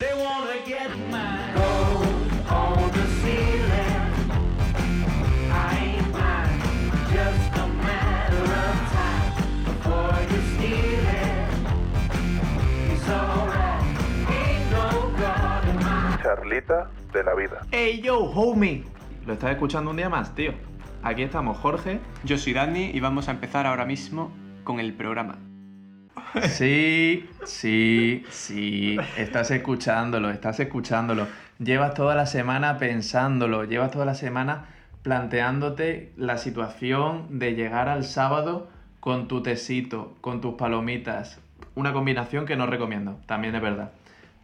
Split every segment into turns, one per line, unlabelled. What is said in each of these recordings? They wanna get mine. Go on the ceiling. I ain't mine. Just a matter of time before you steal it. It's alright. Ain't no God in my
Charlita de la vida.
Hey yo, homie. Lo estás escuchando un día más, tío. Aquí estamos, Jorge.
Yo soy Dani y vamos a empezar ahora mismo con el programa. Sí,
Sí, sí, estás escuchándolo, estás escuchándolo. Llevas toda la semana pensándolo, llevas toda la semana planteándote la situación de llegar al sábado con tu tecito, con tus palomitas. Una combinación que no recomiendo, también es verdad.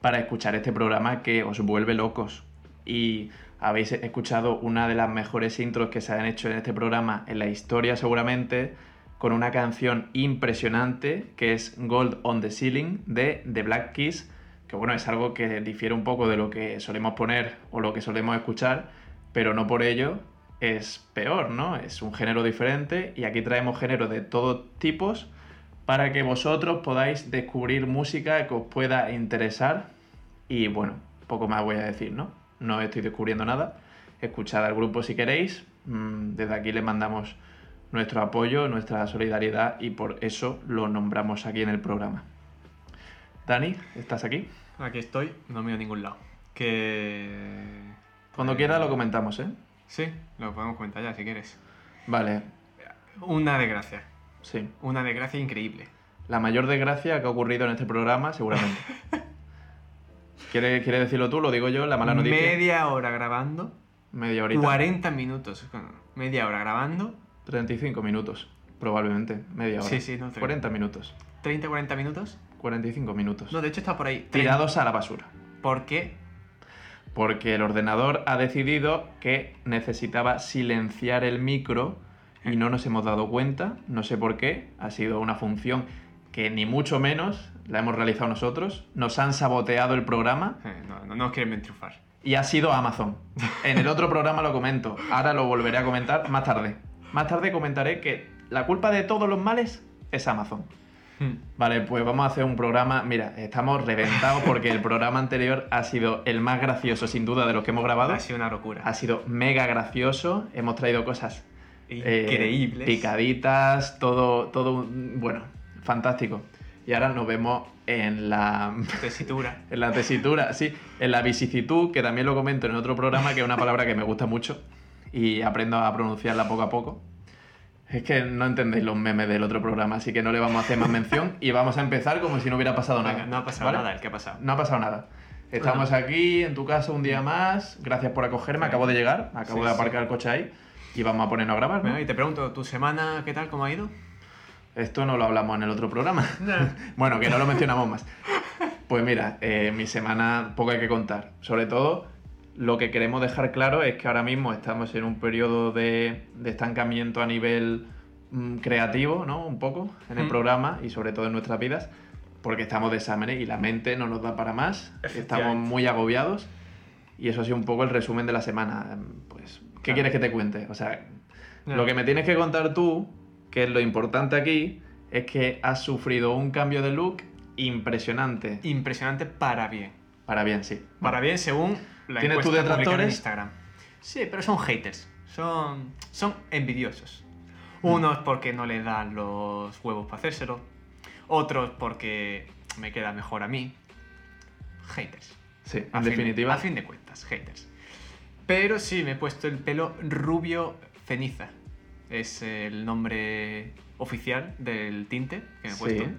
Para escuchar este programa que os vuelve locos. Y habéis escuchado una de las mejores intros que se han hecho en este programa en la historia seguramente con una canción impresionante que es Gold on the Ceiling de The Black Keys, que bueno, es algo que difiere un poco de lo que solemos poner o lo que solemos escuchar, pero no por ello es peor, ¿no? Es un género diferente y aquí traemos géneros de todos tipos para que vosotros podáis descubrir música que os pueda interesar y bueno, poco más voy a decir, ¿no? No estoy descubriendo nada. Escuchad al grupo si queréis. Mm, Desde aquí les mandamos nuestro apoyo, nuestra solidaridad y por eso lo nombramos aquí en el programa. Dani, ¿estás aquí?
aquí estoy, no me he ido a ningún lado. Que...
Cuando quieras lo comentamos, ¿eh?
Sí, lo podemos comentar ya si quieres.
Vale,
Una desgracia,
sí.
una desgracia increíble.
La mayor desgracia que ha ocurrido en este programa, seguramente. ¿Quieres, quieres decirlo tú? ¿Lo digo yo? ¿La mala noticia?
Media hora grabando,
Media horita.
40 minutos, bueno, media hora grabando,
35 minutos, probablemente. Media hora.
Sí, sí, no,
40 minutos.
30-40 minutos.
45 minutos.
No, de hecho está por ahí.
Tirados a la basura.
¿Por qué?
Porque el ordenador ha decidido que necesitaba silenciar el micro y no nos hemos dado cuenta, no sé por qué, ha sido una función que ni mucho menos la hemos realizado nosotros, nos han saboteado el programa
Eh, No, no, no os quieren entrufar.
y ha sido Amazon. En el otro programa lo comento, ahora lo volveré a comentar más tarde. Más tarde comentaré que la culpa de todos los males es Amazon. Vale, pues vamos a hacer un programa. Mira, estamos reventados porque el programa anterior ha sido el más gracioso, sin duda, de los que hemos grabado.
Ha sido una locura.
Ha sido mega gracioso. Hemos traído cosas eh,
Increíbles.
picaditas, todo, todo, un- bueno, fantástico. Y ahora nos vemos en la,
Tesitura.
en la tesitura, sí, en la vicisitud, que también lo comento en otro programa, que es una palabra que me gusta mucho y aprendo a pronunciarla poco a poco. Es que no entendéis los memes del otro programa, así que no le vamos a hacer más mención y vamos a empezar como si no hubiera pasado nada.
Venga, no ha pasado
¿vale?
nada el que ha pasado.
No ha pasado nada. Estamos aquí en tu casa un día más. Gracias por acogerme. Acabo de llegar, acabo
Sí,
de
sí.
aparcar el coche ahí y vamos a ponernos a grabar. ¿no?
Bueno, y te pregunto, ¿tu semana qué tal? ¿Cómo ha ido?
Esto no lo hablamos en el otro programa. bueno, que no lo mencionamos más. Pues mira, eh, mi semana poco hay que contar. Sobre todo, lo que queremos dejar claro es que ahora mismo estamos en un periodo de, de estancamiento a nivel mm, creativo, ¿no? Un poco, en el
Mm.
programa y sobre todo en nuestras vidas, porque estamos de exámenes y la mente no nos da para más, estamos
Efectivamente.
muy agobiados y eso ha sido un poco el resumen de la semana. Pues, ¿qué
Claro.
quieres que te cuente? O sea,
Ya.
lo que me tienes que contar tú, que es lo importante aquí, es que has sufrido un cambio de look impresionante.
Impresionante para bien.
Para bien, sí.
Para bien según la
¿Tienes tú
encuesta publicada en
detractores?
Instagram. Sí, pero son haters. Son, son envidiosos. Unos
Mm.
porque no les dan los huevos para hacérselo. Otros porque me queda mejor a mí. Haters.
Sí, en
A fin-
definitiva.
a fin de cuentas, haters. Pero sí, me he puesto el pelo rubio ceniza. Es el nombre oficial del tinte que me he puesto.
sí.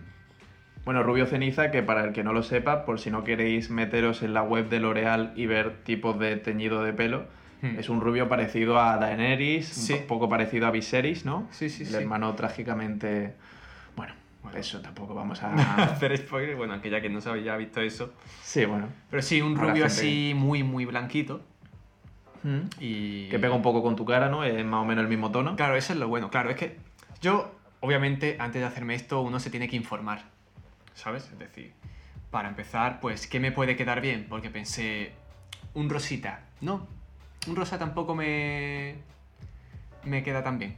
Bueno, Rubio Ceniza, que para el que no lo sepa, por si no queréis meteros en la web de L'Oreal y ver tipos de teñido de pelo,
Hmm.
es un rubio parecido a Daenerys,
Sí.
un po- poco parecido a Viserys, ¿no?
Sí, sí,
el
sí.
hermano trágicamente. Bueno,
Bueno.
eso tampoco vamos a.
hacer spoiler, bueno, aunque ya que no se había visto eso.
sí, bueno.
Pero sí, un
Habrá gente
rubio así muy, muy blanquito.
Hmm.
Y...
Que pega un poco con tu cara, ¿no? Es más o menos el mismo tono.
Claro, eso es lo bueno. Claro, es que yo, obviamente, antes de hacerme esto, uno se tiene que informar. ¿Sabes? Es decir, para empezar, pues, ¿qué me puede quedar bien? Porque pensé, un rosita. No, un rosa tampoco me. me queda tan bien.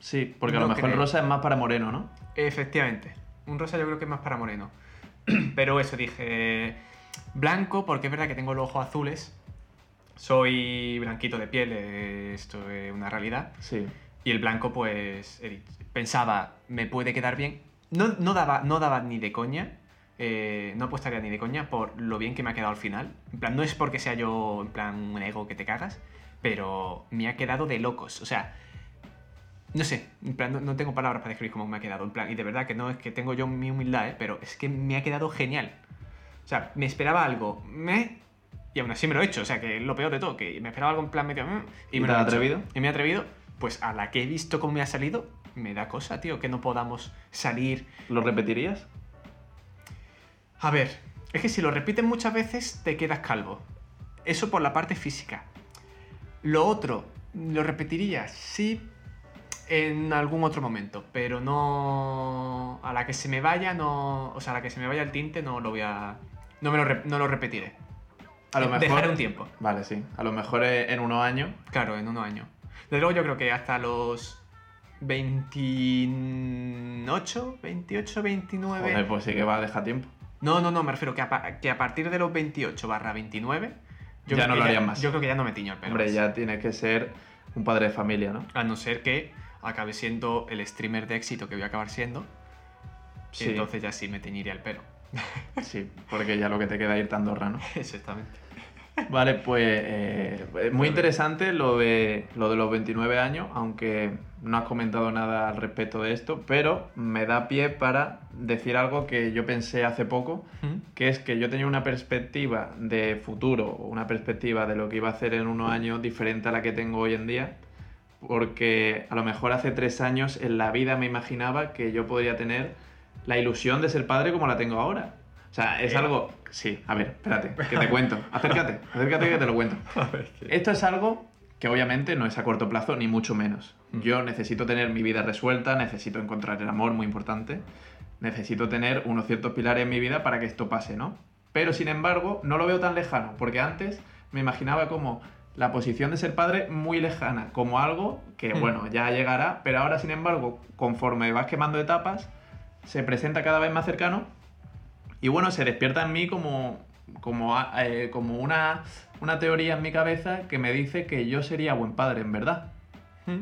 Sí, porque a
No
lo mejor
creo.
rosa es más para moreno, ¿no?
Efectivamente. Un rosa yo creo que es más para moreno. Pero eso dije. blanco porque es verdad que tengo los ojos azules. Soy blanquito de piel, eh, esto es una realidad.
Sí.
Y el blanco, pues, he dicho- pensaba, me puede quedar bien. No, no daba, no daba ni de coña, eh, no apostaría ni de coña por lo bien que me ha quedado al final. En plan, no es porque sea yo, en plan, un ego que te cagas, pero me ha quedado de locos. O sea, no sé, en plan, no, no tengo palabras para describir cómo me ha quedado. En plan, y de verdad que no es que tengo yo mi humildad, eh, pero es que me ha quedado genial. O sea, me esperaba algo, me. Y aún así me lo he hecho, o sea, que es lo peor de todo, que me esperaba algo en plan medio. mm,
¿Y te
me lo he
has
hecho.
atrevido?
Y me he atrevido, pues a la que he visto cómo me ha salido, me da cosa, tío, que no podamos salir.
¿Lo repetirías?
A ver, es que si lo repiten muchas veces, te quedas calvo. Eso por la parte física. Lo otro, lo repetiría, sí, en algún otro momento, pero no. A la que se me vaya, no. O sea, a la que se me vaya el tinte, no lo voy a. No, me lo, rep- no lo repetiré.
A lo mejor.
Dejaré Eh, un tiempo.
Vale, sí. A lo mejor eh, en unos años.
Claro, en unos años. Desde luego yo creo que hasta los 28, 28, 29...
Joder, pues sí que va a dejar tiempo.
No, no, no, me refiero que a, pa- que a partir de los 28 barra 29... Yo
Ya
creo
no
que
lo harían más.
Yo creo que ya no me tiño el pelo.
Hombre,
más.
ya tienes que ser un padre de familia, ¿no?
A no ser que acabe siendo el streamer de éxito que voy a acabar siendo.
Sí,
Entonces ya sí me teñiría el pelo.
sí, porque ya lo que te queda es irte a Andorra, ¿no?
Exactamente.
Vale, pues eh, muy interesante lo de, lo de los 29 años, aunque no has comentado nada al respecto de esto, pero me da pie para decir algo que yo pensé hace poco,
¿Mm?
que es que yo tenía una perspectiva de futuro, o una perspectiva de lo que iba a hacer en unos años diferente a la que tengo hoy en día, porque a lo mejor hace tres años en la vida me imaginaba que yo podría tener la ilusión de ser padre como la tengo ahora. O sea, es
Eh.
algo... Sí, a ver, espérate, que te cuento. Acércate, acércate que te lo cuento. Esto es algo que obviamente no es a corto plazo, ni mucho menos. Yo necesito tener mi vida resuelta, necesito encontrar el amor, muy importante. Necesito tener unos ciertos pilares en mi vida para que esto pase, ¿no? Pero sin embargo, no lo veo tan lejano, porque antes me imaginaba como la posición de ser padre muy lejana, como algo que,
Hmm.
bueno, ya llegará, pero ahora, sin embargo, conforme vas quemando etapas, se presenta cada vez más cercano y bueno, se despierta en mí como, como, a- eh, como una, una teoría en mi cabeza que me dice que yo sería buen padre, en verdad.
¿Mm?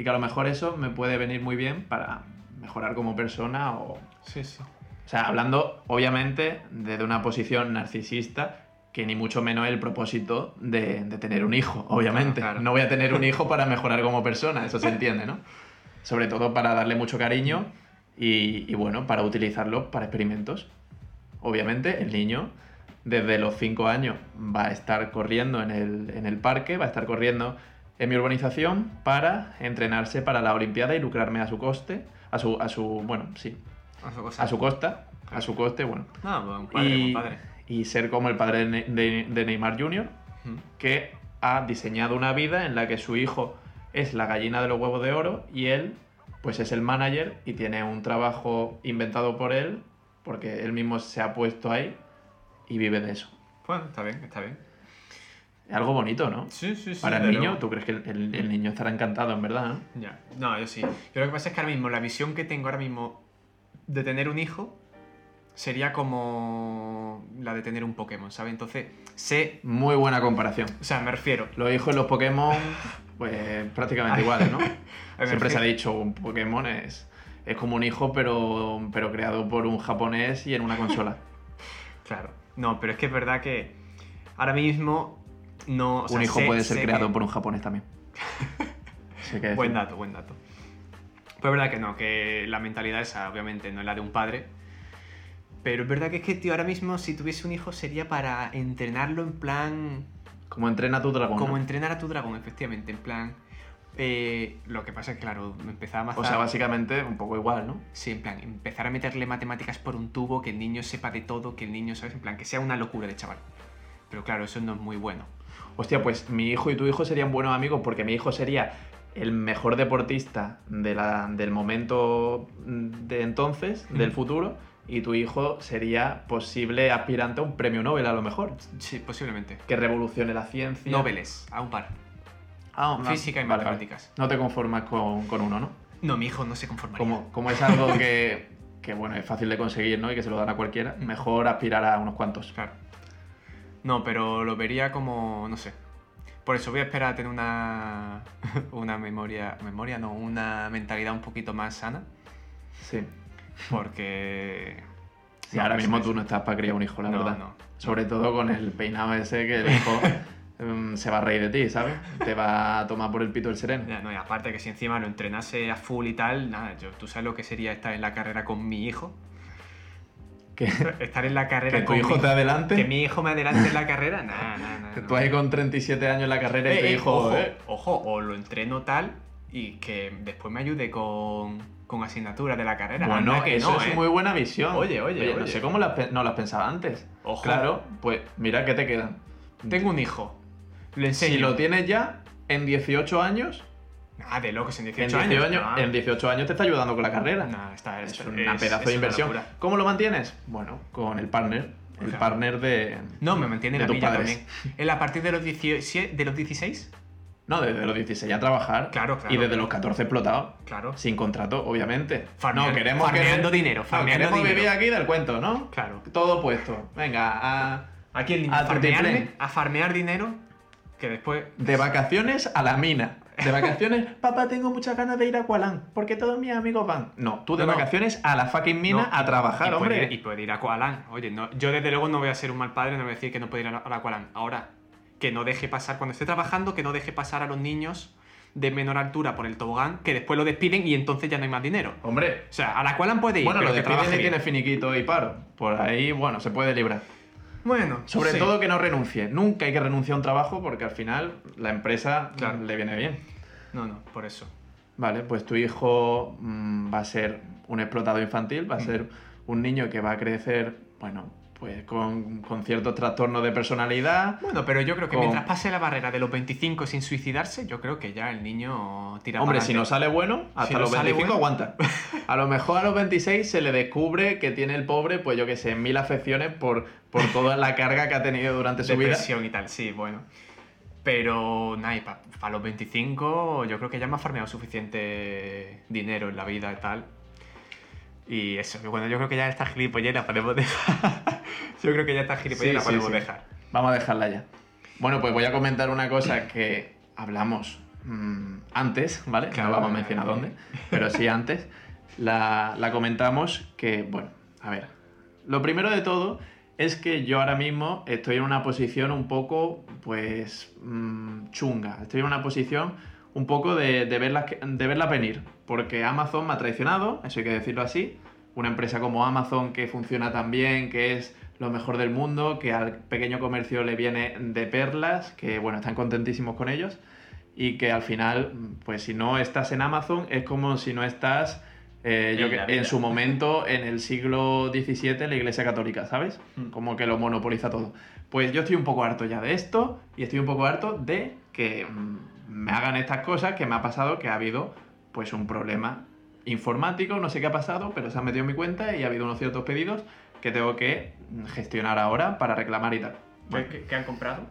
Y que a lo mejor eso me puede venir muy bien para mejorar como persona o...
Sí, sí.
O sea, hablando obviamente desde una posición narcisista que ni mucho menos es el propósito de, de tener un hijo, obviamente.
Claro, claro.
No voy a tener un hijo para mejorar como persona, eso se entiende, ¿no? Sobre todo para darle mucho cariño y, y, bueno, para utilizarlo para experimentos. Obviamente el niño desde los 5 años va a estar corriendo en el, en el parque, va a estar corriendo en mi urbanización para entrenarse para la Olimpiada y lucrarme a su coste, a su, a su bueno, sí,
A su cosa. Ah, pues
a su costa, a su coste, bueno.
No, buen padre,
y,
buen padre.
y ser como el padre de, Ne- de- de Neymar Jr.,
¿Mm?
que ha diseñado una vida en la que su hijo es la gallina de los huevos de oro y él, pues es el manager y tiene un trabajo inventado por él, porque él mismo se ha puesto ahí y vive de eso.
Bueno, está bien, está bien.
Es algo bonito, ¿no?
Sí, sí, sí.
Para el
desde
niño,
luego.
¿tú crees que el, el- el niño estará encantado, en verdad? ¿no?
Ya, no, yo sí. Yo lo que pasa es que ahora mismo, la visión que tengo ahora mismo de tener un hijo sería como la de tener un Pokémon, ¿sabes? Entonces, sé,
Muy buena comparación.
o sea, me refiero.
Los hijos y los Pokémon, pues prácticamente iguales, ¿no?
me
Siempre se ha
refiero-
dicho, un Pokémon es, es como un hijo, pero, pero creado por un japonés y en una consola.
Claro, no, pero es que es verdad que ahora mismo no. o sea,
un hijo
sé-
puede ser
sé
creado
que-
por un japonés también. Sé que
Buen dato, buen dato. Pues es verdad que no, que la mentalidad esa obviamente no es la de un padre. Pero es verdad que es que, tío, ahora mismo si tuviese un hijo sería para entrenarlo en plan.
Como entrena tu dragón.
Como
¿no?
entrenar a tu dragón, efectivamente, en plan. eh, lo que pasa es que, claro, me empezaba a
O
mazar.
sea, básicamente un poco igual, ¿no?
Sí, en plan, empezar a meterle matemáticas por un tubo, que el niño sepa de todo, que el niño, ¿sabes? En plan, que sea una locura de chaval. Pero claro, eso no es muy bueno.
Hostia, pues mi hijo y tu hijo serían buenos amigos porque mi hijo sería el mejor deportista de la- del momento de entonces, del
Mm.
futuro, y tu hijo sería posible aspirante a un premio Nobel a lo mejor,
Sí, posiblemente.
que revolucione la ciencia.
Noveles, a un par.
Ah, no.
Física y
Vale, vale.
matemáticas.
No te conformas con, con uno, ¿no?
No, mi hijo no se conformaría.
Como, como es algo
Mm.
que, que, bueno, es fácil de conseguir, ¿no? Y que se lo dan a cualquiera, mejor aspirar a unos cuantos.
Claro. No, pero lo vería como, no sé. Por eso voy a esperar a tener una, una memoria, memoria no, una mentalidad un poquito más sana,
Sí.
porque...
Sí, ahora mismo tú no estás para criar un hijo, la verdad. Sobre todo con el peinado ese que el hijo mm, se va a reír de ti, ¿sabes? Te va a tomar por el pito el sereno.
Ya, no, y aparte que si encima lo entrenase a full y tal, nada, yo, tú sabes lo que sería estar en la carrera con mi hijo.
Que,
Estar en la carrera
que tu
con mi
hijo te adelante.
Que mi hijo me adelante en la carrera, nada, nada,
que tú ahí con 37 años en la carrera y tu hijo...
ojo,
eh,
ojo, o lo entreno tal y que después me ayude con, con asignaturas de la carrera.
Bueno,
Anda que
eso
no,
es
¿eh?
muy buena visión.
Oye, oye,
No
oye.
sé cómo las, pe- no las pensaba antes.
Ojo.
Claro, pues mira que te quedan.
Tengo un hijo. Le enseño.
Si lo tienes ya, en 18 años,
Ah, de locos, en
en
18
18
años.
años,
Ah.
en 18 años te está ayudando con la carrera.
No, está,
es
está-
una
es-
pedazo de
es una
inversión.
locura.
¿Cómo lo mantienes? Bueno, con el partner. El
Claro.
partner de.
No, me mantienen
De
a
tus
mí ya
padres.
también. Él a partir de los, 17 de los 16,
No, desde los 16 a trabajar.
Claro, claro.
Y desde los 14 explotado.
claro.
Sin contrato, obviamente.
Farmean-
no, queremos
farmeando dinero,
No,
farmeando
queremos vivir
dinero.
aquí del cuento, ¿no?
Claro.
Todo puesto. Venga, a-
Aquí el
A tu
farmearme,
tiplén.
a farmear dinero que después
de vacaciones a la mina. De vacaciones, papá, tengo muchas ganas de ir a Kualan, porque todos mis amigos van. No, tú de
No, no.
vacaciones a la fucking mina
No,
a trabajar,
y puede
hombre.
ir- y puede ir a Koalán. Oye, no- yo desde luego no voy a ser un mal padre, no voy a decir que no puede ir a la- a la Koalán. Ahora, que no deje pasar, cuando esté trabajando, que no deje pasar a los niños de menor altura por el tobogán, que después lo despiden y entonces ya no hay más dinero.
Hombre,
O sea, a la Koalán puede ir,
bueno,
pero
lo de
que trabaje
Piden
bien.
tiene finiquito y paro. Por ahí, bueno, se puede librar.
Bueno,
Sobre
sí.
todo que no renuncie. Nunca hay que renunciar a un trabajo porque al final la empresa
Claro.
le viene bien.
No, no, por eso.
Vale, pues tu hijo mm, va a ser un explotado infantil, va
Mm.
a ser un niño que va a crecer, bueno, pues con, con ciertos trastornos de personalidad.
Bueno, pero yo creo que
Con-
mientras pase la barrera de los 25 sin suicidarse, yo creo que ya el niño tira
Hombre,
pa'lante.
si no sale bueno, hasta
no
los
sale
25
bueno.
aguanta. A lo mejor a los 26 se le descubre que tiene el pobre, pues yo que sé, mil afecciones por, por toda la carga que ha tenido durante su vida.
Depresión y tal, sí, bueno. Pero, nada, y para los 25 yo creo que ya me ha farmeado suficiente dinero en la vida y tal. Y eso, que bueno, yo creo que ya esta gilipollez la podemos dejar. yo creo que ya esta gilipollez
Sí,
la
sí,
podemos
sí.
dejar.
Vamos a dejarla ya. Bueno, pues voy a comentar una cosa que hablamos mm, antes, ¿vale?
Claro,
no vamos a
vale,
mencionar
vale.
dónde, pero sí antes. La, la comentamos que, bueno, a ver. Lo primero de todo es que yo ahora mismo estoy en una posición un poco, pues, mm, chunga. Estoy en una posición un poco de, de, verlas, que- de verlas venir, porque Amazon me ha traicionado, eso hay que decirlo así. Una empresa como Amazon que funciona tan bien, que es lo mejor del mundo, que al pequeño comercio le viene de perlas, que bueno, están contentísimos con ellos y que al final, pues si no estás en Amazon, es como si no estás eh, yo
En
que-
la
en,
vida.
su momento, en el siglo XVII, en la Iglesia Católica, ¿sabes?
Mm.
Como que lo monopoliza todo. Pues yo estoy un poco harto ya de esto y estoy un poco harto de que mm, me hagan estas cosas que me ha pasado que ha habido pues un problema informático, no sé qué ha pasado, pero se han metido en mi cuenta y ha habido unos ciertos pedidos que tengo que mm, gestionar ahora para reclamar y tal. Bueno.
¿Qué, han comprado?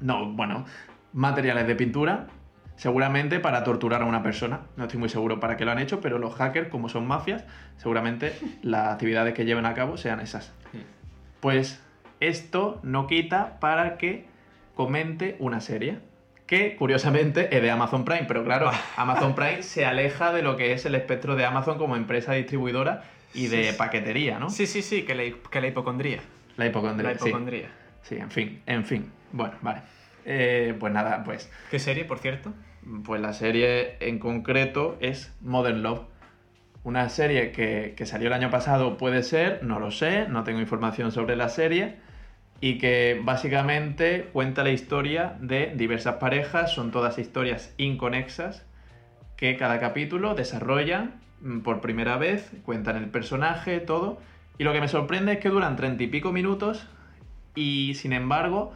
No, bueno, materiales de pintura, seguramente para torturar a una persona. No estoy muy seguro para qué lo han hecho, pero los hackers, como son mafias, seguramente las actividades que lleven a cabo sean esas.
Sí.
Pues esto no quita para que comente una serie. Que curiosamente es de Amazon Prime, pero claro,
Ah.
Amazon Prime se aleja de lo que es el espectro de Amazon como empresa distribuidora y de
Sí, sí.
paquetería, ¿no?
Sí, sí, sí, que la, hi- que la hipocondría.
La hipocondría.
La
sí.
hipocondría.
Sí, en fin, en fin. Bueno, vale. Eh, pues nada, pues
¿Qué serie, por cierto?
pues la serie en concreto es Modern Love. Una serie que, que salió el año pasado, puede ser, no lo sé, no tengo información sobre la serie. Y que básicamente cuenta la historia de diversas parejas, son todas historias inconexas que cada capítulo desarrollan mm, por primera vez, cuentan el personaje, todo. Y lo que me sorprende es que duran treinta y pico minutos y sin embargo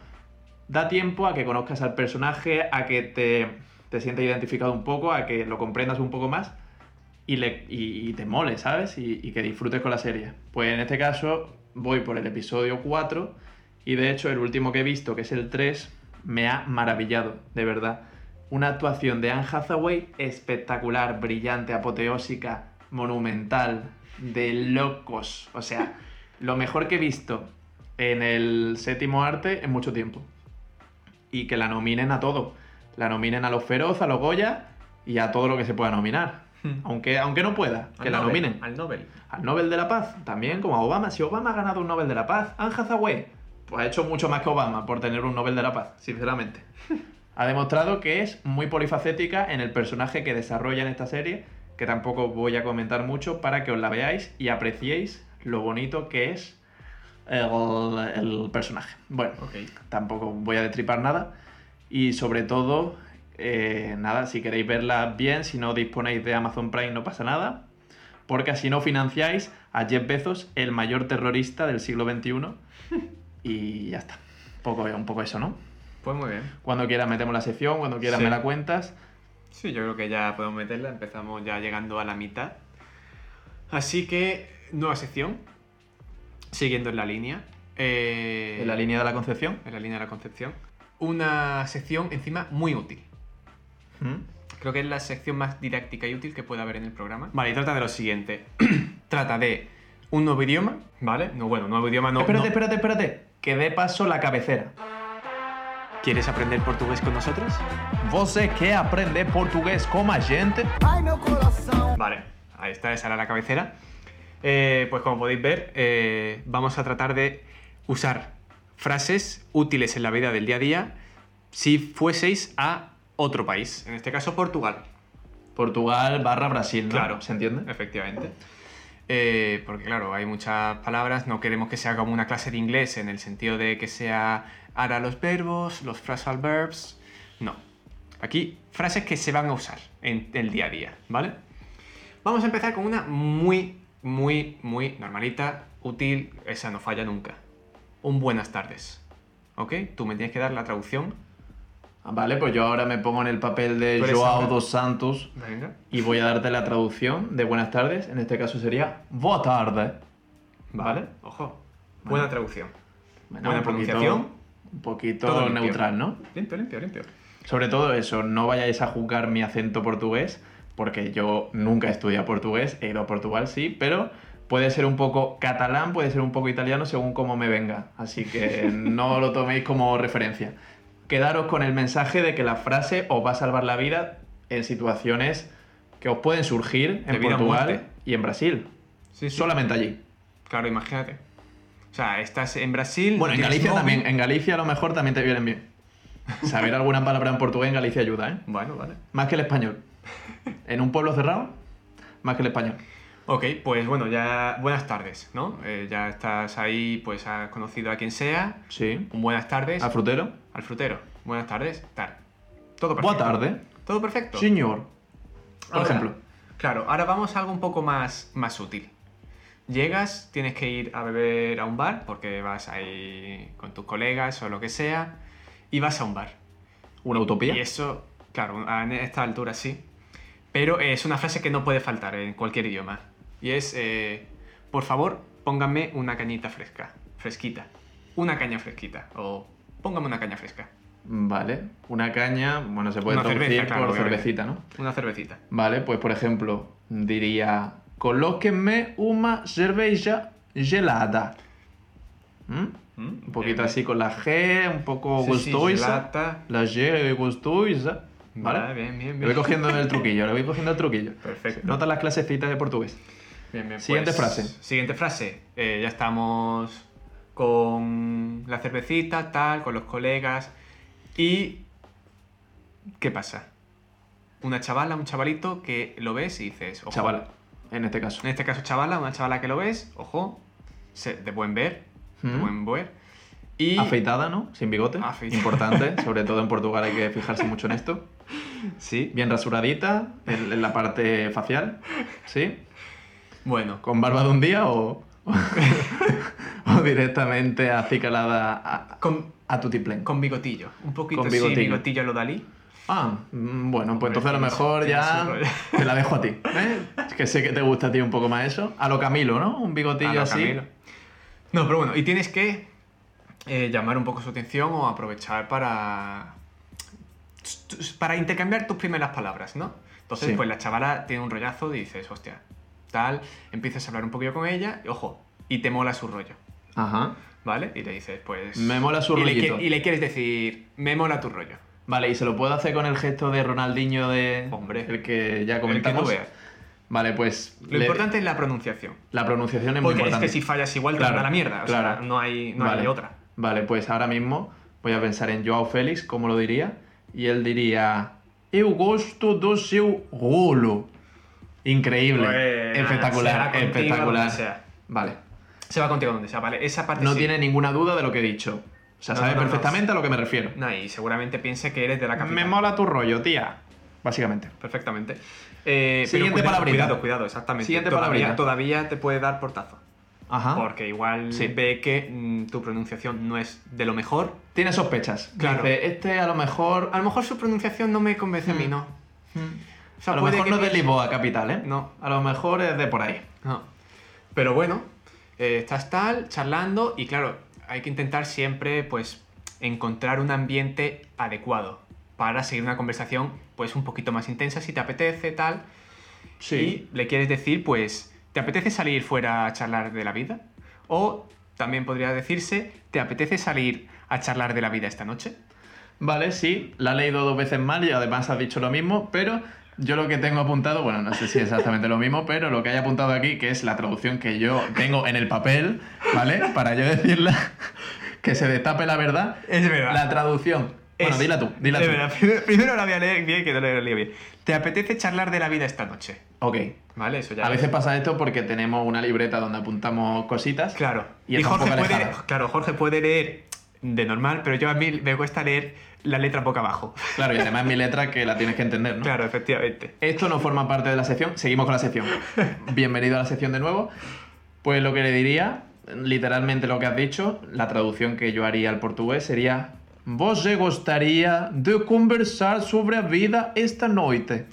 da tiempo a que conozcas al personaje, a que te, te sientas identificado un poco, a que lo comprendas un poco más y, le, y, y te mole, ¿sabes? Y, y que disfrutes con la serie. Pues en este caso voy por el episodio 4 y de hecho el último que he visto, que es el 3, me ha maravillado, de verdad. Una actuación de Anne Hathaway espectacular, brillante, apoteósica, monumental, de locos. O sea, lo mejor que he visto en el séptimo arte en mucho tiempo. Y que la nominen a todo. La nominen a los feroz, a los Goya y a todo lo que se pueda nominar.
Hmm.
Aunque, aunque no pueda, que
Al
la
Nobel,
nominen.
Al Nobel.
Al Nobel de la Paz, también como a Obama. Si Obama ha ganado un Nobel de la Paz, Anne Hathaway, pues ha hecho mucho más que Obama por tener un Nobel de la Paz, sinceramente. Ha demostrado que es muy polifacética en el personaje que desarrolla en esta serie, que tampoco voy a comentar mucho para que os la veáis y apreciéis lo bonito que es el, el personaje. Bueno,
Ok.
tampoco voy a destripar nada. Y sobre todo, eh, nada, si queréis verla bien, si no disponéis de Amazon Prime no pasa nada, porque así no financiáis a Jeff Bezos, el mayor terrorista del siglo XXI. Y ya está. Un poco, un poco eso, ¿no?
Pues muy bien.
Cuando quieras metemos la sección, cuando quieras
Sí.
me la cuentas.
Sí, yo creo que ya podemos meterla. Empezamos ya llegando a la mitad. Así que, nueva sección. Siguiendo en la línea. Eh,
En la línea de la Concepción.
en la línea de la concepción. Una sección encima muy útil.
¿Mm?
Creo que es la sección más didáctica y útil que puede haber en el programa. Vale, y trata de lo siguiente. trata de un nuevo idioma, ¿vale? No, bueno, nuevo idioma no.
espérate,
no.
espérate, espérate. Que dé paso la cabecera.
¿Quieres aprender portugués con nosotros?
¿Vos que aprende portugués como gente?
Vale, ahí está, esa era la cabecera. Eh, pues como podéis ver, eh, vamos a tratar de usar frases útiles en la vida del día a día si fueseis a otro país, en este caso Portugal.
Portugal barra Brasil, ¿no?
Claro.
¿Se entiende?
Efectivamente. Eh, porque claro, hay muchas palabras, no queremos que sea como una clase de inglés en el sentido de que sea hará los verbos, los phrasal verbs, no. Aquí frases que se van a usar en el día a día, ¿vale? Vamos a empezar con una muy, muy, muy normalita, útil, esa no falla nunca. Un buenas tardes, ¿ok? Tú me tienes que dar la traducción.
Ah, Vale, pues yo ahora me pongo en el papel de
Tú eres
Joao
ahora.
dos Santos
Venga.
y voy a darte la traducción de buenas tardes. En este caso sería boa tarde.
Vale,
Vale.
ojo. Buena
Vale.
traducción.
Bueno,
Buena
un poquito-
pronunciación.
Un poquito
Todo limpio.
neutral, ¿no?
Limpio, limpio, limpio.
Sobre todo eso, no vayáis a juzgar mi acento portugués, porque yo nunca he estudiado portugués, he ido a Portugal sí, pero puede ser un poco catalán, puede ser un poco italiano según cómo me venga, así que no lo toméis como referencia. Quedaros con el mensaje de que la frase os va a salvar la vida en situaciones que os pueden surgir
De
en
vida o
Portugal
muerte.
y en Brasil,
Sí, sí.
solamente allí.
Claro, imagínate. O sea, estás en Brasil.
Bueno, en
tienes
Galicia
móvil.
también, en Galicia a lo mejor también te vienen bien. Saber alguna palabra en portugués en Galicia ayuda, ¿eh?
Bueno, vale.
Más que el español. En un pueblo cerrado, más que el español.
Ok, pues bueno, ya. Buenas tardes, ¿no? Eh, ya estás ahí, pues has conocido a quien sea.
Sí.
Un buenas tardes.
A frutero.
al frutero. Buenas tardes, tal. Todo perfecto.
Buenas tarde.
Todo perfecto.
Señor. Por
Ahora,
ejemplo.
Claro, ahora vamos a algo un poco más, más útil. Llegas, tienes que ir a beber a un bar, porque vas ahí con tus colegas o lo que sea, y vas a un bar.
Una utopía.
Y eso, claro, a esta altura sí. Pero eh, es una frase que no puede faltar en cualquier idioma. Y es, eh, por favor, pónganme una cañita fresca, fresquita. Una caña fresquita. O póngame una caña fresca.
Vale. Una caña, bueno, se puede
Una
traducir
cerveza, claro,
por
obviamente.
cervecita, ¿no?
Una cervecita.
Vale, pues por ejemplo, diría. Colóquenme una cerveza gelada. ¿Mm? Un poquito así con la G, un poco
Sí, sí,
gustosa.
gelata.
la G gustosa. ¿Vale?
Vale, bien, bien,
Le voy
bien.
cogiendo el truquillo, le voy cogiendo el truquillo.
Perfecto.
Nota las clasecitas de portugués.
Bien, bien,
Siguiente frase.
Siguiente frase. Eh, ya estamos con la cervecita, tal, con los colegas. ¿Y qué pasa? Una chavala, un chavalito que lo ves y dices, ojo.
Chaval, en este caso.
En este caso, chavala, una chavala que lo ves, ojo, se- de buen ver, de
Mm.
buen ver. Y
Afeitada, ¿no? Sin bigote.
Afeitada.
Importante, sobre todo en Portugal hay que fijarse mucho en esto.
Sí.
Bien rasuradita en, en la parte facial, ¿sí?
Bueno,
¿Con barba de un día o, o directamente acicalada a,
con,
a tutiplén?
con bigotillo. Un poquito
Con
así,
bigotillo.
bigotillo a lo Dalí.
Ah, mm, bueno,
Hombre,
pues entonces a lo
tienes-
mejor
tienes
ya
un rollo.
te la dejo a ti. ¿eh? Es que sé que te gusta a ti un poco más eso. A lo Camilo, ¿no? Un bigotillo
A lo
así.
Camilo. No, pero bueno, y tienes que eh, llamar un poco su atención o aprovechar para. para intercambiar tus primeras palabras, ¿no? Entonces,
Sí.
pues la chavala tiene un rollazo y dices, hostia, tal, empiezas a hablar un poquillo con ella, y ojo, y te mola su rollo.
Ajá.
¿Vale? Y le dices, pues.
Me mola su
y le
rollito.
qui- y le quieres decir, me mola tu rollo.
Vale, y se lo puedo hacer con el gesto de Ronaldinho de.
Hombre.
El que ya
El que tú
comentamos.
veas.
Vale, pues.
Lo
le-
importante es la pronunciación.
La pronunciación es muy
Porque es
importante.
que si fallas igual te
Claro,
van a la mierda. O
claro.
sea, no hay, no
vale.
hay otra.
Vale, pues ahora mismo voy a pensar en Joao Félix, ¿cómo lo diría? Y él diría. Eu gosto do seu golo. Increíble.
Buena, Pues, sea
espectacular,
contigo
espectacular.
donde sea.
Vale.
Se va contigo donde sea, ¿vale? Esa parte
No
sí.
tiene ninguna duda de lo que he dicho. O sea,
No,
sabe
no, no, no.
perfectamente a lo que me refiero.
No, y seguramente piense que eres de la capital.
me mola tu rollo, tía. Básicamente.
Perfectamente. Eh, pero
Siguiente
cuidado,
palabrita.
Cuidado, cuidado, exactamente.
Siguiente palabrita.
todavía, todavía te puede dar portazo.
Ajá.
Porque igual
Sí.
ve que mm, tu pronunciación no es de lo mejor.
Tiene sospechas.
Claro.
Dice, este a lo mejor.
A lo mejor su pronunciación no me convence a mí,
Mm.
¿no? O sea,
a lo
puede
mejor
que
no es de
piense-
Lisboa capital, ¿eh?
No,
A lo mejor es de por ahí.
no. Pero bueno, eh, estás tal, charlando, y claro, hay que intentar siempre, pues, encontrar un ambiente adecuado para seguir una conversación, pues, un poquito más intensa, si te apetece, tal. y le quieres decir, pues, ¿te apetece salir fuera a charlar de la vida? O también podría decirse, ¿te apetece salir a charlar de la vida esta noche?
Vale, sí. La he leído dos veces mal y además has dicho lo mismo, pero yo lo que tengo apuntado, bueno, no sé si es exactamente lo mismo, pero lo que hay apuntado aquí, que es la traducción que yo tengo en el papel, ¿vale? Para yo decirla, que se destape la verdad.
Es verdad.
La traducción. Bueno, dila tú, dila tú.
Primero la voy a leer bien, que no la leo bien. ¿Te apetece charlar de la vida esta noche?
Ok.
Vale, eso ya.
A veces pasa esto porque tenemos una libreta donde apuntamos cositas.
Claro.
Y está un
Jorge
poco
puede,
alejada.
claro, Jorge puede leer de normal, pero yo a mí me cuesta leer la letra boca abajo.
Claro, y además mi letra que la tienes que entender, ¿no?
Claro, efectivamente.
Esto no forma parte de la sección, seguimos con la sección. Bienvenido a la sección de nuevo. Pues lo que le diría, literalmente lo que has dicho, la traducción que yo haría al portugués sería Vos se gustaría de conversar sobre a vida esta noche.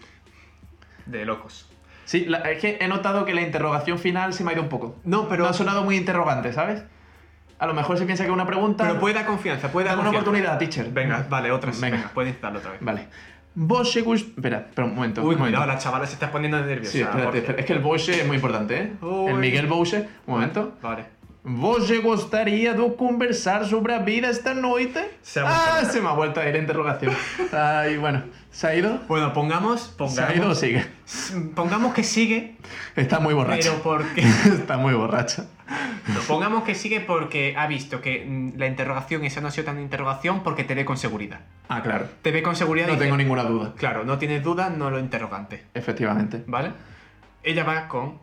De locos.
Sí, la- es que he notado que la interrogación final se me ha ido un poco.
No, pero.
No ha sonado muy interrogante, ¿sabes? A lo mejor se piensa que es una pregunta...
pero puede dar confianza, puede dar
Dame una
confianza.
oportunidad, teacher.
Venga, vale, otra. sí,
Venga.
Venga, puedes intentarlo otra vez.
Vale. Vos se gustaría... Espera, espera, un momento.
Uy,
un momento.
cuidado, la chavala se está poniendo nerviosa.
Sí, espérate,
Jorge.
espérate. Es que el Boche es muy importante, ¿eh?
Uy.
El Miguel Boche. Un momento.
Vale.
¿Vos gustaría de conversar sobre la vida esta noche?
Se ha vuelto a
ah,
ir.
se me ha vuelto a ir la interrogación. Ay, bueno, ¿se ha ido?
Bueno, pongamos.
¿Se ha ido o
Pongamos,
sigue?
pongamos que sigue,
Está muy borracho.
pero porque.
Está muy borracho.
Pongamos que sigue porque ha visto que mm, la interrogación esa no ha sido tan interrogación porque te ve con seguridad.
Ah, claro.
Te ve con seguridad y
No
dice,
tengo ninguna duda.
Claro, no tienes duda, no lo interrogante,
Efectivamente.
¿vale? Ella va con...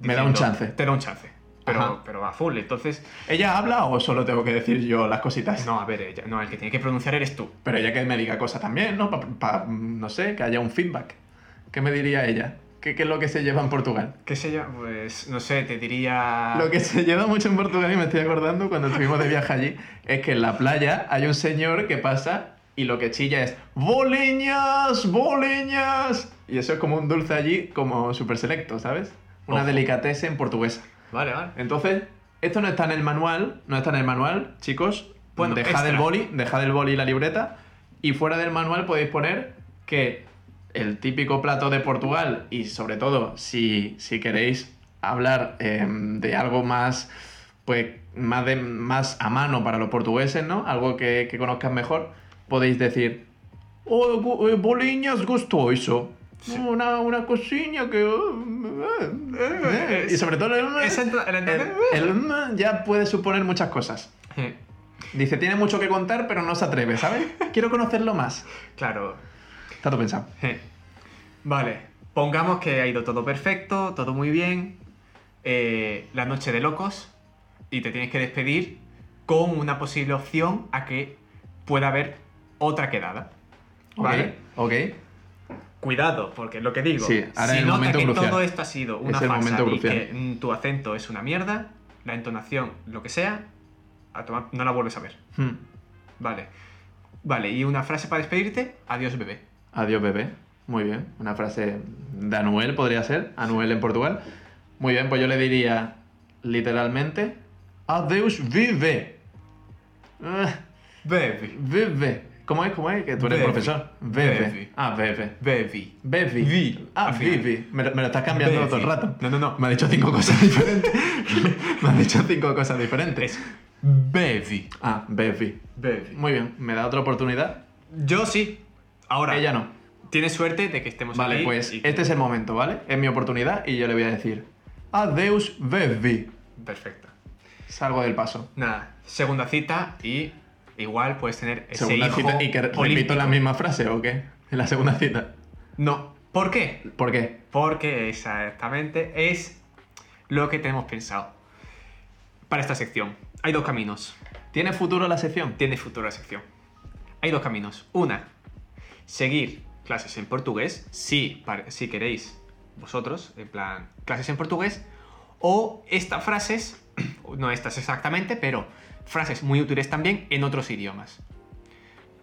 Me da un chance.
Te da un chance.
Ajá.
Pero, pero a full, entonces...
¿Ella habla o solo tengo que decir yo las cositas?
No, a ver, ella, no, el que tiene que pronunciar eres tú.
Pero ella que me diga cosas también, ¿no? Pa- pa- no sé, que haya un feedback. ¿Qué me diría ella? ¿Qué, qué es lo que se lleva en Portugal?
¿Qué sé yo? Pues, no sé, te diría...
Lo que se lleva mucho en Portugal, y me estoy acordando cuando estuvimos de viaje allí, es que en la playa hay un señor que pasa y lo que chilla es ¡Boleñas! ¡Boleñas! Y eso es como un dulce allí, como súper selecto, ¿sabes? Una
Ojo.
delicatese en portuguesa.
Vale, vale.
Entonces, esto no está en el manual, no está en el manual, chicos.
Bueno,
dejad
extra.
el boli, dejad el boli y la libreta. Y fuera del manual podéis poner que el típico plato de Portugal, y sobre todo si, si queréis hablar em, de algo más, pues, más, de, más a mano para los portugueses, ¿no? Algo que, que conozcan mejor, podéis decir, oh, gu- eh, boliñas gustoso. Una, una cocina que... uh, eh, Y sobre todo...
Esa entra- la
El,
entra-
el mm ya puede suponer muchas cosas.
Eh,
Dice, tiene mucho que contar, pero no se atreve, ¿sabes? Quiero conocerlo más.
Claro,
Está todo pensado.
Je. Vale, pongamos que ha ido todo perfecto, todo muy bien, eh, la noche de locos, y te tienes que despedir con una posible opción a que pueda haber otra quedada. ¿Vale?
Ok.
Cuidado, porque es lo que digo.
Sí, ahora
si
es el
nota
momento
que
crucial.
todo esto ha sido una
Es el
farsa
momento
y
crucial.
que mm, tu acento es una mierda, la entonación, lo que sea, a tomar- no la vuelves a ver.
ok. Hmm.
Vale. Vale, y una frase para despedirte, adiós bebé.
Adiós, bebé. Muy bien. Una frase de Anuel podría ser. Anuel en Portugal. Muy bien, pues yo le diría literalmente: Adiós, vive. Ah,
Baby,
vive. ¿Cómo es? ¿Cómo es? Que tú eres
Bebe.
profesor. Bebe.
Bebe.
Ah, bebe.
baby.
Bebi.
Vi,
Ah,
al final.
Vivi. Me, lo- me lo estás cambiando
Baby.
todo el rato.
No, no, no.
Me ha dicho cinco cosas diferentes. me ha dicho cinco cosas diferentes.
Es Bevi.
Ah, Bevi.
Bevi.
Muy bien, ¿me da otra oportunidad?
Yo sí. Ahora.
Ella no.
Tienes suerte de que estemos
Vale,
aquí
pues
y-
este es el momento, ¿vale? Es mi oportunidad y yo le voy a decir Adeus Bevi.
Perfecto.
Salgo del paso.
Nada, segunda cita y igual puedes tener ese
Segunda
hijo
cita y que repito
olímpico.
la misma frase, ¿o qué? En la segunda cita.
No. ¿Por qué?
¿Por qué?
Porque exactamente es lo que tenemos pensado para esta sección. Hay dos caminos.
¿Tiene futuro la sección?
Tiene futuro la sección. Hay dos caminos. Una, seguir clases en portugués, si, par- si queréis vosotros, en plan, clases en portugués, o estas frases, no estas exactamente, pero frases muy útiles también en otros idiomas.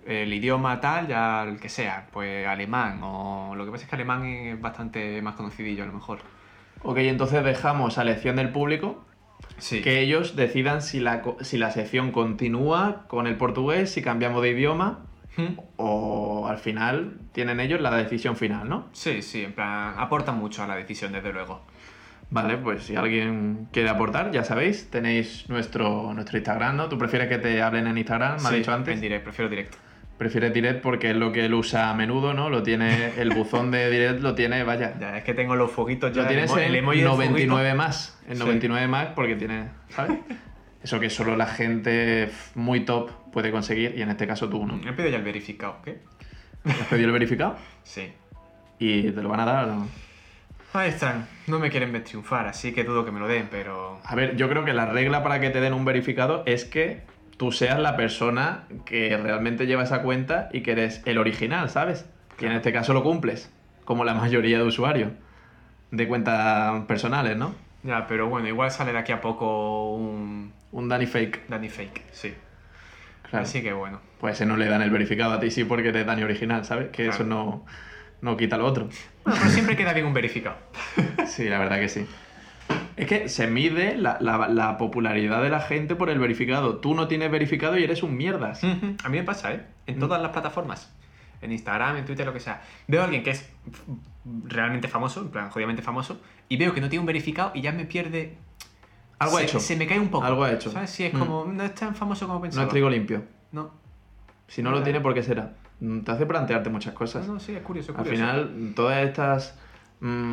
El idioma tal, ya el que sea, pues alemán, o lo que pasa es que alemán es bastante más conocidillo a lo mejor.
Ok, entonces dejamos a elección del público
Sí.
que ellos decidan si la, co- si la sección continúa con el portugués, si cambiamos de idioma
¿Mm?
o al final tienen ellos la decisión final, ¿no?
Sí, sí, en plan, aporta mucho a la decisión, desde luego.
Vale, pues si alguien quiere aportar, ya sabéis, tenéis nuestro, nuestro Instagram, ¿no? ¿Tú prefieres que te hablen en Instagram? Me ha
Sí,
dicho antes.
En directo, prefiero directo.
Prefieres Direct porque es lo que él usa a menudo, ¿no? Lo tiene, el buzón de Direct lo tiene, vaya.
Ya, es que tengo los foguitos ya.
Lo tienes
emo-
en
emoji del
99 más. En
Sí.
99 más porque tiene, ¿sabes? Eso que solo la gente f- muy top puede conseguir y en este caso tú, ¿no?
foguito. He pedido ya el verificado, ¿qué?
Has pedido el verificado
Sí.
y te lo van a dar. ¿no?
Ahí están. No me quieren ver triunfar, así que dudo que me lo den, pero.
A ver, yo creo que la regla para que te den un verificado es que tú seas la persona que realmente lleva esa cuenta y que eres el original, ¿sabes? Que en este caso lo cumples, como la mayoría de usuarios de cuentas personales, ¿no?
Ya, pero bueno, igual sale de aquí a poco un
Un Danny Fake.
Danny Fake, sí.
Claro.
Así que bueno.
Pues ese no le dan el verificado a ti, sí, porque eres Dani original, ¿sabes? Que
Claro.
eso no, no quita lo otro.
Bueno, pero siempre queda bien un verificado.
Sí, la verdad que sí. Es que se mide la, la- la popularidad de la gente por el verificado. Tú no tienes verificado y eres un mierdas.
A mí me pasa, ¿eh?
Mm.
En todas las plataformas. En Instagram, en Twitter, lo que sea. Veo a alguien que es f- realmente famoso, en plan, jodidamente famoso, y veo que no tiene un verificado y ya me pierde.
Algo ha
se,
hecho.
Se me cae un poco.
Algo ha hecho.
¿Sabes? Sí, es
Mm.
como. No es tan famoso como
No
pensaba.
es trigo limpio.
No.
Si no lo
Claro.
tiene, ¿por qué será? Mm, Te hace plantearte muchas cosas.
No, no, sí, es curioso, es
Al
curioso.
final, todas estas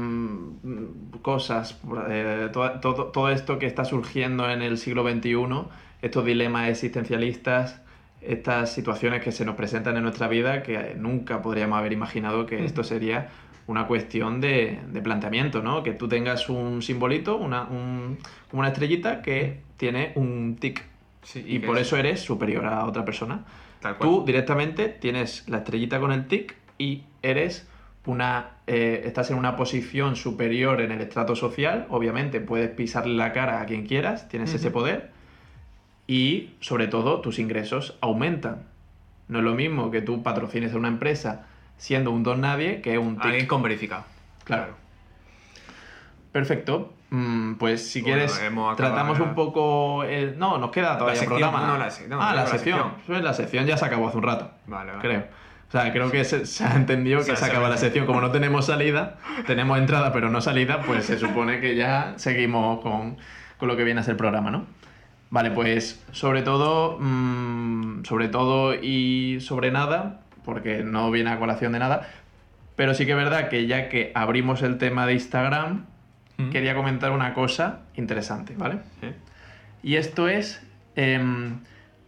mm, cosas, eh, toda- todo, todo esto que está surgiendo en el siglo XXI, estos dilemas existencialistas, estas situaciones que se nos presentan en nuestra vida, que nunca podríamos haber imaginado que
Ujú.
esto sería una cuestión de, de planteamiento, ¿no? Que tú tengas un simbolito, una, un- como una estrellita que tiene un tic
Sí,
y
que
por
es
eso eres superior a otra persona.
Tal cual.
Tú directamente tienes la estrellita con el tic y eres una. eh, estás en una posición superior en el estrato social. Obviamente, puedes pisarle la cara a quien quieras, tienes
Ujú.
ese poder. Y sobre todo, tus ingresos aumentan. No es lo mismo que tú patrocines a una empresa siendo un don nadie que un tic.
Alguien con verificado.
Claro. Perfecto. Mm, pues si
Bueno,
quieres,
hemos acabado
tratamos
ya.
un poco. el- No, nos queda todavía
sección,
programa.
no, la sec- no,
ah,
no,
la,
la
sección.
sección.
Pues la sección ya se acabó hace un rato,
Vale, vale.
creo. O sea, creo que se, se ha entendido
O sea,
que se
se
acaba
ha-
la sección. Como no tenemos salida, tenemos entrada pero no salida, pues se supone que ya seguimos con, con lo que viene a ser el programa, ¿no? Vale, pues sobre todo, mm, sobre todo y sobre nada, porque no viene a colación de nada, pero sí que es verdad que ya que abrimos el tema de Instagram,
Mm.
quería comentar una cosa interesante, ¿vale?
Sí.
Y esto es, em,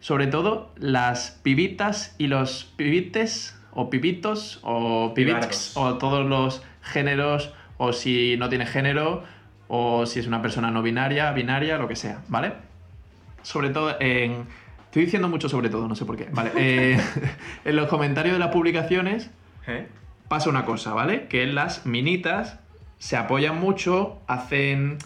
sobre todo, las pibitas y los pibites, o pibitos, o pibits,
Pibardos.
o todos los géneros, o si no tiene género, o si es una persona no binaria, binaria, lo que sea, ¿vale? Sobre todo en... Estoy diciendo mucho sobre todo, no sé por qué. Vale, eh, en los comentarios de las publicaciones
¿Eh?
pasa una cosa, ¿vale? Que las minitas se apoyan mucho, hacen,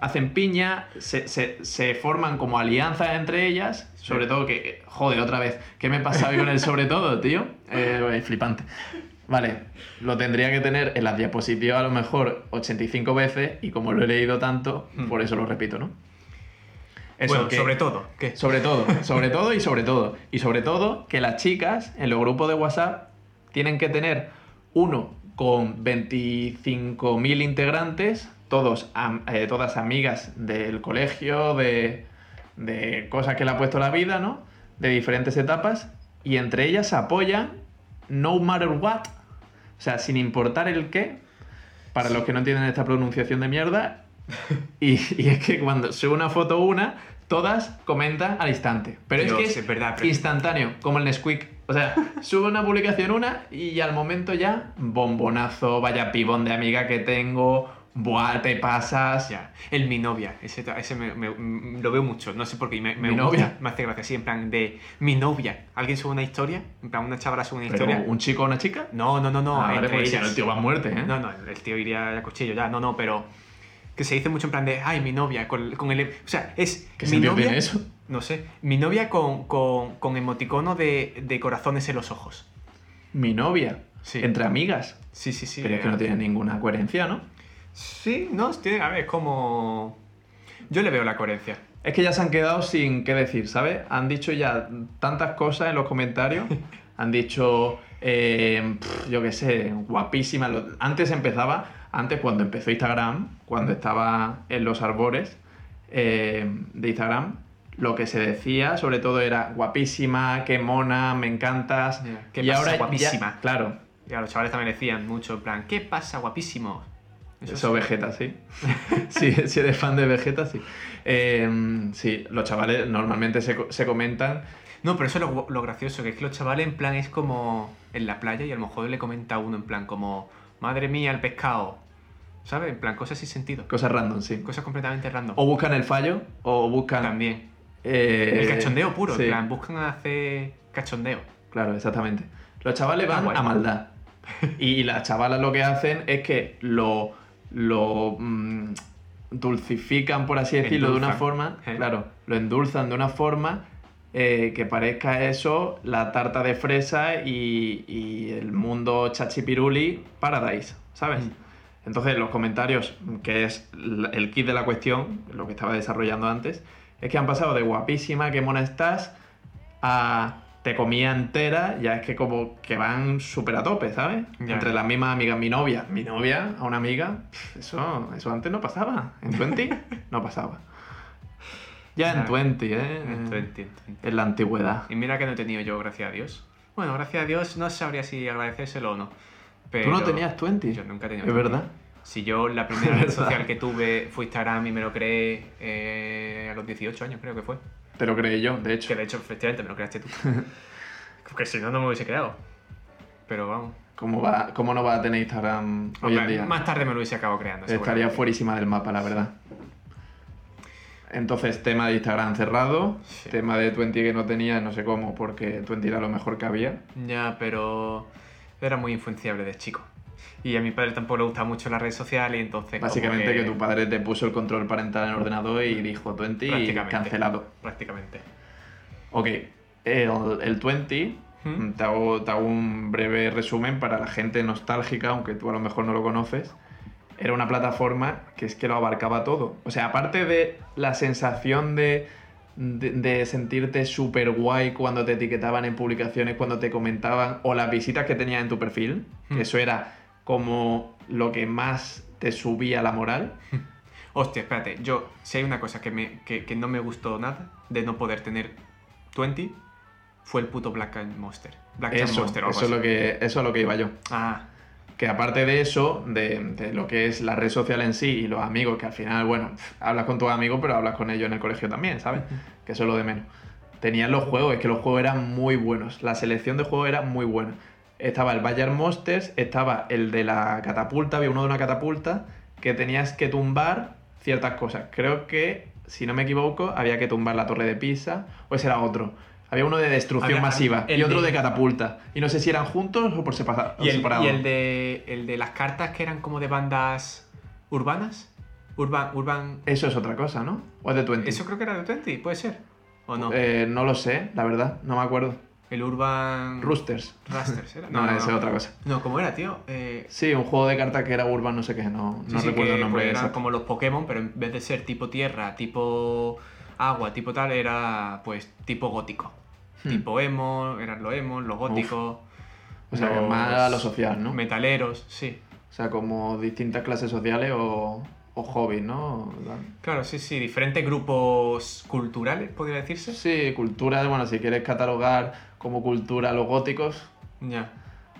hacen piña, se, se- se forman como alianzas entre ellas, sobre todo que, joder, otra vez, ¿qué me pasa hoy con el sobre todo, tío? Eh, es flipante. Vale, lo tendría que tener en las diapositivas a lo mejor 85 veces y como lo he leído tanto,
Hmm.
por eso lo repito, ¿no? Eso
Bueno,
que-
sobre todo. ¿Qué?
sobre todo, sobre todo y sobre todo. Y sobre todo que las chicas en los grupos de WhatsApp tienen que tener uno con 25.000 integrantes, todos, am- eh, todas amigas del colegio, de, de cosas que le ha puesto la vida, ¿no? De diferentes etapas. Y entre ellas se apoya no matter what. O sea, sin importar el qué. Para los que no tienen esta pronunciación de mierda. Y, y es que cuando sube una foto una, todas comentan al instante. Pero
Dios,
es que es,
es verdad, pero-
instantáneo, como el Nesquik. O sea, sube una publicación una y al momento ya, bombonazo, vaya pibón de amiga que tengo, buah, te pasas.
Ya. El mi novia, ese, ta- ese me- me- mm, lo veo mucho, no sé por qué, y me, me
¿Mi
gusta,
novia?
me hace gracia, sí, en plan de mi novia. ¿Alguien sube una historia? En plan, una chavala sube una
Pero,
historia.
¿Un chico o una chica?
No, no, no, no,
Ah, vale,
entre
porque si no,
ellas.
el tío va a muerte, ¿eh?
No, no, el tío iría a cuchillo ya, no, no, pero que se dice mucho en plan de, ay, mi novia, con, con el... e, O sea, es...
¿Qué
mi
sentido
novia-
tiene eso?
No sé, mi novia con, con, con emoticono de, de corazones en los ojos.
Mi novia.
Sí.
Entre amigas.
Sí, sí, sí.
Pero es que no tiene ninguna coherencia, ¿no?
Sí, no, tiene, a ver, es como... Yo le veo la coherencia.
Es que ya se han quedado sin qué decir, ¿sabes? Han dicho ya tantas cosas en los comentarios. Han dicho, eh, pf, yo qué sé, guapísima. Lo- Antes empezaba, antes cuando empezó Instagram, cuando estaba en los arbores eh, de Instagram, lo que se decía sobre todo era guapísima, qué mona, me encantas.
Ya, ¿qué pasa,
ya-
guapísima?
claro,
Y a los chavales también decían mucho, en plan, ¿qué pasa, guapísimo?
Eso,
es-
Vegeta, sí. sí. Si eres fan de Vegeta, sí. Eh, sí, los chavales normalmente se, co- se comentan.
No, pero eso es lo, gu- lo gracioso, que es que los chavales en plan es como en la playa y a lo mejor le comenta a uno en plan como, madre mía, el pescado. ¿Sabes? En plan, cosas sin sentido.
Cosas random, sí.
Cosas completamente random.
O buscan el fallo, o buscan.
También.
eh,
el cachondeo puro,
sí,
en plan, buscan hacer cachondeo.
Claro, exactamente. Los chavales
Está
van
guay.
a maldad. Y las chavalas lo que hacen es que lo. lo. mm, dulcifican, por así decirlo, de una
Endulzan.
forma.
Eh.
Claro, lo endulzan de una forma. eh, que parezca eso, la tarta de fresa y, y el mundo chachipiruli paradise, ¿sabes?
Mm.
Entonces, los comentarios, que es la- el kit de la cuestión, lo que estaba desarrollando antes, es que han pasado de guapísima, qué mona estás, a te comía entera, ya es que como que van súper a tope, ¿sabes?
Ya.
Entre las mismas amigas, mi novia, mi novia a una amiga, pf, eso, eso antes no pasaba, en 20 no pasaba. Ya en
Ya.
20, ¿eh?
Ento- enti- enti-
En la antigüedad.
Y mira que no he tenido yo, gracias a Dios. Bueno, gracias a Dios, no sabría si agradecérselo o no. Pero
Tú no tenías 20.
Yo nunca he tenido
Es
20.
verdad.
Si yo la primera red
¿Verdad?
social que tuve fue Instagram y me lo creé eh, a los 18 años, creo que fue.
Te lo creí yo, de hecho.
Que de hecho, efectivamente, me lo creaste tú. Porque si no, no me hubiese creado. Pero vamos.
¿Cómo, va, ¿Cómo no va a tener Instagram hoy en
Hombre,
día?
Más tarde me lo hubiese acabado creando.
Estaría
seguramente.
fuerísima del mapa, la verdad. Entonces, tema de Instagram cerrado,
Sí.
tema de Twenty que no tenía, no sé cómo, porque Twenty era lo mejor que había.
Ya, pero era muy influenciable de chico. Y a mi padre tampoco le gusta mucho la red social y entonces... como
Básicamente que... tu padre te puso el control parental en el ordenador y dijo Twenty y
Prácticamente.
cancelado.
Prácticamente.
Ok, el, el 20,
¿Mm?
te, hago, te hago un breve resumen para la gente nostálgica, aunque tú a lo mejor no lo conoces. Era una plataforma que es que lo abarcaba todo. O sea, aparte de la sensación de, de, de sentirte súper guay cuando te etiquetaban en publicaciones, cuando te comentaban, o las visitas que tenías en tu perfil, que
Hmm.
eso era como lo que más te subía la moral.
Hostia, espérate. Yo, si hay una cosa que, me, que, que no me gustó nada de no poder tener 20, fue el puto Black and Monster. Black and
Eso,
Monster o este, algo
eso, es lo
así.
que, eso es lo que iba yo.
Ah,
que aparte de eso, de, de lo que es la red social en sí y los amigos, que al final, bueno, pf, hablas con tus amigos, pero hablas con ellos en el colegio también, ¿sabes? Que eso es lo de menos. Tenían los juegos, es que los juegos eran muy buenos, la selección de juegos era muy buena. Estaba el Bayern Monsters, estaba el de la catapulta, había uno de una catapulta, que tenías que tumbar ciertas cosas. Creo que, si no me equivoco, había que tumbar la torre de Pisa, o ese era otro. Había uno de destrucción
Había-
masiva
el
y otro
de-
de... catapulta. Y no sé si eran juntos o por separa-
Y el,
separado.
y el de, el de las cartas que eran como de bandas urbanas. Urban. urban
Eso es otra cosa, ¿no? ¿O es de 20?
Eso creo que era de 20, puede ser. ¿O no?
Eh, no lo sé, la verdad, no me acuerdo.
el Urban.
Roosters.
Rusters, ¿era?
No, eso es otra cosa.
No, ¿cómo era, tío? Eh,
Sí, un juego de cartas que era Urban, no sé qué, no,
sí,
no
sí,
recuerdo
que,
el nombre
pues, eran
exacto.
como los Pokémon, pero en vez de ser tipo tierra, tipo agua, tipo tal, era pues tipo gótico.
Hmm.
Tipo emo, eran los emo, los góticos.
O sea, que más a lo social, ¿no?
Metaleros, sí.
O sea, como distintas clases sociales o, o hobbies, ¿no? Dan?
Claro, sí, sí, diferentes grupos culturales, podría decirse.
Sí, cultura, bueno, si quieres catalogar como cultura los góticos,
Ya.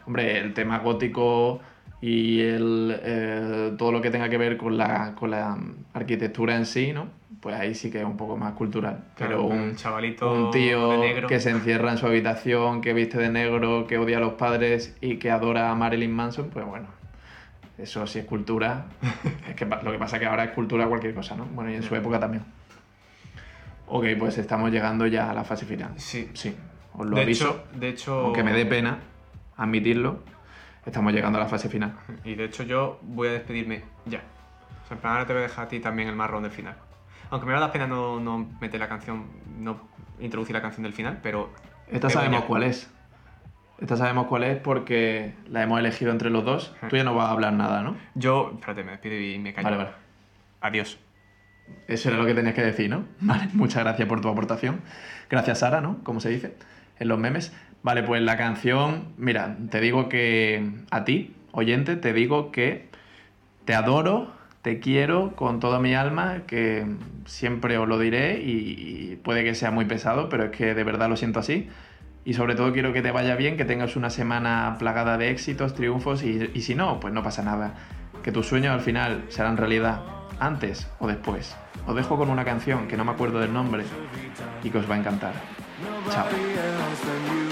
hombre, el tema gótico y el, eh, todo lo que tenga que ver con la, con la arquitectura en sí, ¿no? Pues ahí sí que es un poco más cultural.
Claro,
Pero un,
un chavalito
un tío
de negro.
que se encierra en su habitación, que viste de negro, que odia a los padres y que adora a Marilyn Manson, pues bueno, eso sí es cultura. es que pa- lo que pasa es que ahora es cultura cualquier cosa, ¿no? Bueno, y en su época también. Ok, pues estamos llegando ya a la fase final.
Sí.
Sí, os lo
de
aviso.
hecho, de hecho.
Aunque me dé pena admitirlo, estamos llegando a la fase final.
Y de hecho yo voy a despedirme ya. O sea, en plan, ahora te voy a dejar a ti también el marrón del final. Aunque me va a dar pena no, no meter la canción, no introducir la canción del final, pero...
Esta
pero
sabemos
ya.
cuál es. Esta sabemos cuál es porque la hemos elegido entre los dos. Tú ya no vas a hablar nada, ¿no?
Yo, espérate, me despido y me callo.
Vale, vale.
Adiós.
Eso era lo que tenías que decir, ¿no? Vale, muchas gracias por tu aportación. Gracias, Sara, ¿no? Como se dice en los memes. Vale, pues la canción, mira, te digo que a ti, oyente, te digo que te adoro, te quiero con toda mi alma, que siempre os lo diré y, y puede que sea muy pesado, pero es que de verdad lo siento así. Y sobre todo quiero que te vaya bien, que tengas una semana plagada de éxitos, triunfos y, y si no, pues no pasa nada. Que tus sueños al final serán realidad, antes o después. Os dejo con una canción que no me acuerdo del nombre y que os va a encantar. Chao.
Nobody else than you